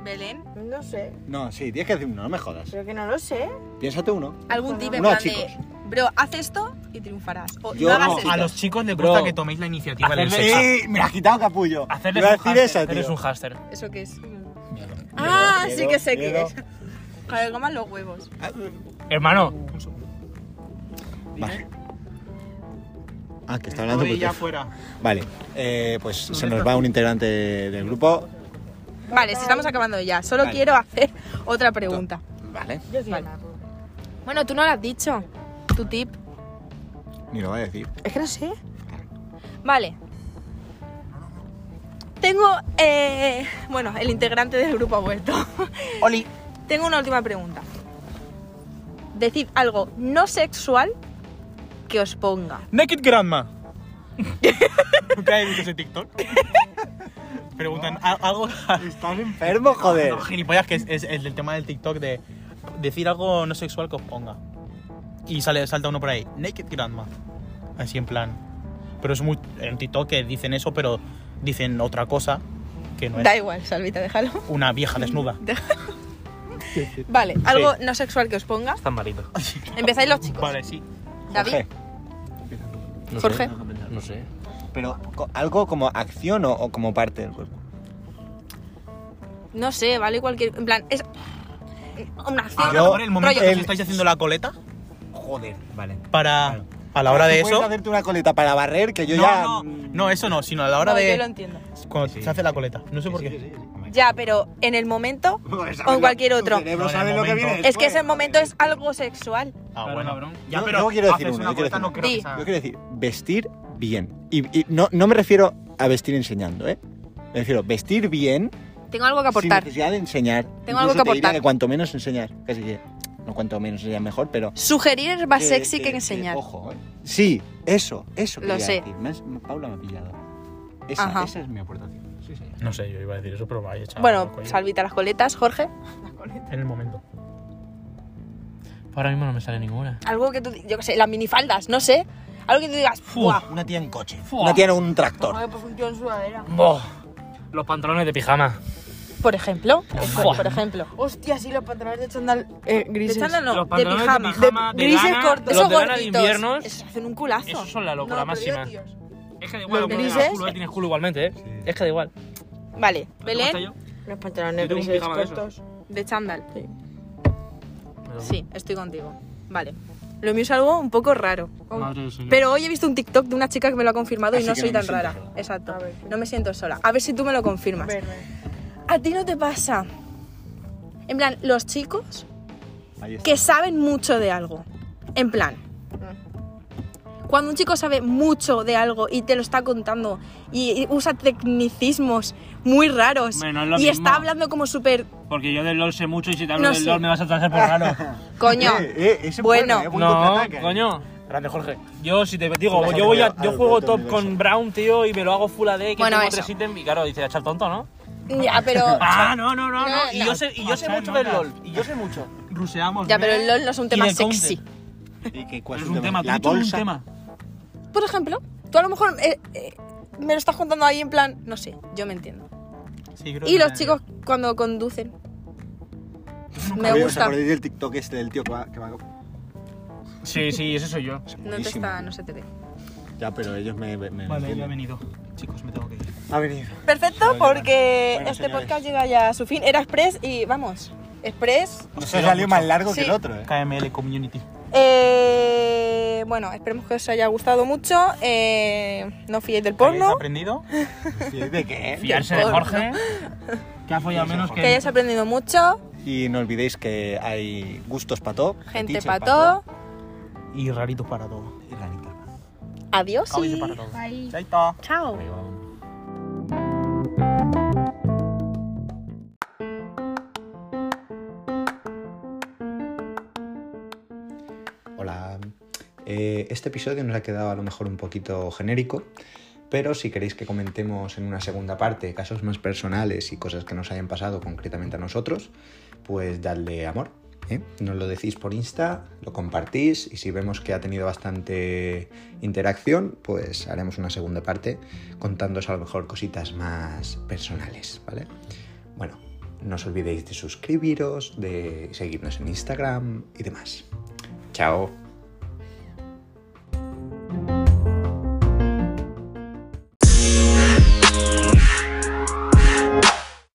F: Belén,
E: No sé,
B: No, sí, tienes que decir uno, no me jodas.
E: creo que no lo sé.
B: Piénsate uno.
F: algún tip en
B: No,
F: plan
B: chicos.
F: de, bro, haz esto y triunfarás. O
B: Yo
F: no
B: no.
F: hagas
B: A
F: esto.
B: los
C: chicos les
B: Bro.
C: toméis la iniciativa
D: del
C: sexo.
B: Sí, me has quitado capullo.
D: Hacerles
B: Iba a
D: un
B: decir
D: hámster,
B: esa,
D: hacerles
B: tío.
D: un hámster.
F: ¿Eso qué es?
B: Ah,
F: Ah,
B: Miedo,
F: sí que sé qué
B: miedo.
F: es. A ver, coman los huevos.
D: Hermano,
B: Vale. Ah, que está hablando por teléfono.
C: fuera.
B: Vale, eh, pues se nos va un integrante del grupo.
F: Vale, si estamos acabando ya. Solo
B: Vale.
F: quiero hacer otra pregunta.
B: Vale.
E: Yo sí.
F: Bueno, tú no lo has dicho. Tu tip.
B: Ni lo va a decir.
E: Es que no sé.
F: Vale. Tengo, eh, bueno, el integrante del grupo ha vuelto. Oli. Tengo una última pregunta. Decid algo no sexual que os ponga.
C: Naked Grandma. ¿Nunca has visto ese TikTok? Preguntan a- algo.
B: Estás enfermo, joder.
C: No, gilipollas, que es, es- es el tema del TikTok de decir algo no sexual que os ponga. Y sale, salta uno por ahí. Naked Grandma. Así en plan. Pero es muy. En TikTok que dicen eso, pero dicen otra cosa que no es
F: Da igual, Salvita, déjalo.
C: una vieja desnuda.
F: Vale, algo no sexual que os ponga.
D: están malito.
F: Empezáis los chicos.
C: Vale, sí.
F: David,
B: Jorge,
D: No
F: Jorge.
D: Sé, no sé.
B: Pero co- algo como acción o, o como parte del cuerpo.
F: no sé, vale cualquier. En plan, es. Una acción.
C: A lo
B: Yo-
C: mejor el momento
B: rollo-
C: que os estáis haciendo la coleta
B: Joder, vale.
C: para. A la hora de
B: Puedes
C: eso.
B: hacerte una coleta para barrer que yo
C: no,
B: ya.
C: no, no, eso no, sino a la hora
F: No,
C: de.
F: Yo lo entiendo.
C: Cuando se hace la coleta. No sé por qué.
F: Ya, pero en el momento
B: Pues,
F: o en cualquier
B: tu
F: otro.
B: cerebro
C: No, en
B: sabe
C: el
B: lo que
C: momento.
B: viene
F: Es que ese
B: después.
F: momento es algo sexual.
C: Ah,
A: Claro,
C: bueno.
A: cabrón.
C: Ya,
B: Yo-
C: pero
B: yo quiero decir
C: haces
B: uno,
C: una
B: yo quiero
C: coleta,
B: decir
C: no
B: uno.
C: creo
F: Di.
C: que sea-
B: Yo quiero decir, vestir bien. Y, y no, no me refiero a vestir enseñando, ¿eh? Me refiero a vestir bien
F: Tengo algo que
B: sin
F: aportar.
B: necesidad de enseñar.
F: Tengo algo
B: Incluso
F: que
B: te diría
F: aportar.
B: que cuanto menos enseñar, casi que no cuanto menos enseñar mejor, pero
F: Sugerir es más sexy que enseñar.
B: ojo, ¿eh? Sí, eso, eso
F: Lo
B: quería
F: sé.
B: decir. Me has- Paula me ha pillado. Esa,
F: Ajá.
B: esa es mi aportación. Sí, sí.
C: No sé, yo iba a decir eso, pero vaya, chaval.
F: Ah, Bueno,
C: coño.
F: salvita las coletas, Jorge.
C: En el momento.
D: Ahora mismo no me sale ninguna.
F: Algo que tú, di- yo qué sé, las minifaldas, no sé. Algo que tú digas, ¡buah!
B: Una tía en coche.
A: Fua.
B: Una tía en un tractor.
E: Joder, pues un tío en sudadera.
D: Boh, Los pantalones de pijama.
F: Por ejemplo,
D: Fua.
F: por ejemplo.
E: Hostia, sí, los pantalones de chandal eh,
F: De
E: grises.
F: chándal Oh, no,
A: Los
F: de
A: pantalones de
F: pijama.
A: pijama, de
F: grises
A: lana,
F: cortos,
D: los
F: esos
D: de lana de
F: gorditos.
D: invierno.
F: Esos hacen un culazo.
D: Eso son la locura
E: No, pero yo
D: máxima.
E: de tíos.
A: Es que da igual,
E: Los
A: aunque tengas
F: grises.
A: culo, ahí tienes
D: Tienes
A: culo.
D: culo igualmente, ¿eh? Es que da igual.
F: Vale,
A: ¿No te gusta
F: Belén
A: yo?
E: Los
A: Yo
E: pantalones
A: tengo un
E: grises
A: pijama de esos.
E: cortos.
F: de chándal. Sí, estoy contigo. Vale. Lo mío es algo un poco raro. Pero hoy he visto un TikTok de una chica que me lo ha confirmado y
B: Así
F: no
B: que
F: soy
B: no me
F: tan
B: siento
F: rara.
B: sola.
F: Exacto.
E: A ver.
F: No me siento sola. A ver si tú me lo confirmas.
E: Verde.
F: A ti no te pasa. En plan, los chicos
B: Ahí está.
F: que saben mucho de algo. En plan. Cuando un chico sabe mucho de algo y te lo está contando y y usa tecnicismos muy raros
A: Hombre, no es lo
F: y
A: mismo.
F: está hablando como súper...
A: Porque yo del LOL sé mucho y si te hablo
F: No
A: del
F: sé.
A: LOL me vas a traer por raro.
F: Coño,
B: Eh, eh, ese es
F: Bueno.
B: eh, buen
D: No,
B: contraataque.
D: coño.
C: Grande Jorge.
D: Yo, si te digo,
B: Jorge,
D: yo, voy a,
B: al
D: yo juego
B: Puerto
D: top
B: Universo.
D: con Brown, tío, y me lo hago full AD, que
F: Bueno,
D: tengo
F: eso.
D: tres ítems, y claro, dice, echa el tonto, ¿no?
F: Ya, pero.
D: Ah, no, no, no,
F: No,
D: no. Y
F: no.
D: yo sé, y yo sé
C: Machaca.
D: mucho del LOL, y yo sé mucho.
C: Ruseamos.
F: Ya, pero
C: Mea
F: el LOL no es un
D: Y
F: tema
D: del Counter.
F: sexy.
B: ¿Y qué, cuál
D: Es un tema, tú
B: La
D: dicho un
B: bolsa.
D: tema.
F: Por ejemplo, tú a lo mejor eh, eh, me lo estás contando ahí en plan, no sé, yo me entiendo.
C: Sí, creo
F: Y
C: que
F: los
C: era-
F: chicos cuando conducen. Me
B: Oye, ¿Os
F: gusta.
B: acordáis del TikTok este del tío que va... Que va...
D: Sí, sí, ese soy yo.
B: Es
F: No te
B: buenísimo.
F: está, no se te ve.
B: Ya, pero ellos me... me- me
C: Vale, ya he
B: entienden.
C: venido. Chicos, me tengo que ir.
B: Ha venido.
F: Perfecto, porque
B: Bueno,
F: este
B: señores.
F: podcast llega ya a su fin. Era Express y vamos. Express.
B: No se
C: quiero
B: salió
C: mucho.
B: más largo
F: Sí.
B: que el otro, ¿eh?
C: KML Community.
F: Eh, bueno, esperemos que os haya gustado mucho. Eh, no os fiéis del porno.
C: ¿Habéis aprendido?
B: Sí, ¿De qué?
G: Fiarse de
F: Por-
G: Jorge.
C: Que ha follado menos
F: Que hayáis aprendido mucho.
B: Y no olvidéis que hay gustos para todo.
F: Gente
B: fetiches
F: para
B: pa'
F: todo.
C: Y raritos para todo.
B: Y ranitas pa' todo.
F: Adiós. y-
C: Caballos para todo. Chaito.
F: Chao.
B: Pero-
H: Hola. Eh, este episodio nos ha quedado a lo mejor un poquito genérico, pero si queréis que comentemos en una segunda parte casos más personales y cosas que nos hayan pasado concretamente a nosotros, pues dadle amor. ¿eh? Nos lo decís por Insta, lo compartís y si vemos que ha tenido bastante interacción, pues haremos una segunda parte contándoos a lo mejor cositas más personales, ¿vale? Bueno, no os olvidéis de suscribiros, de seguirnos en Instagram y demás. Chao.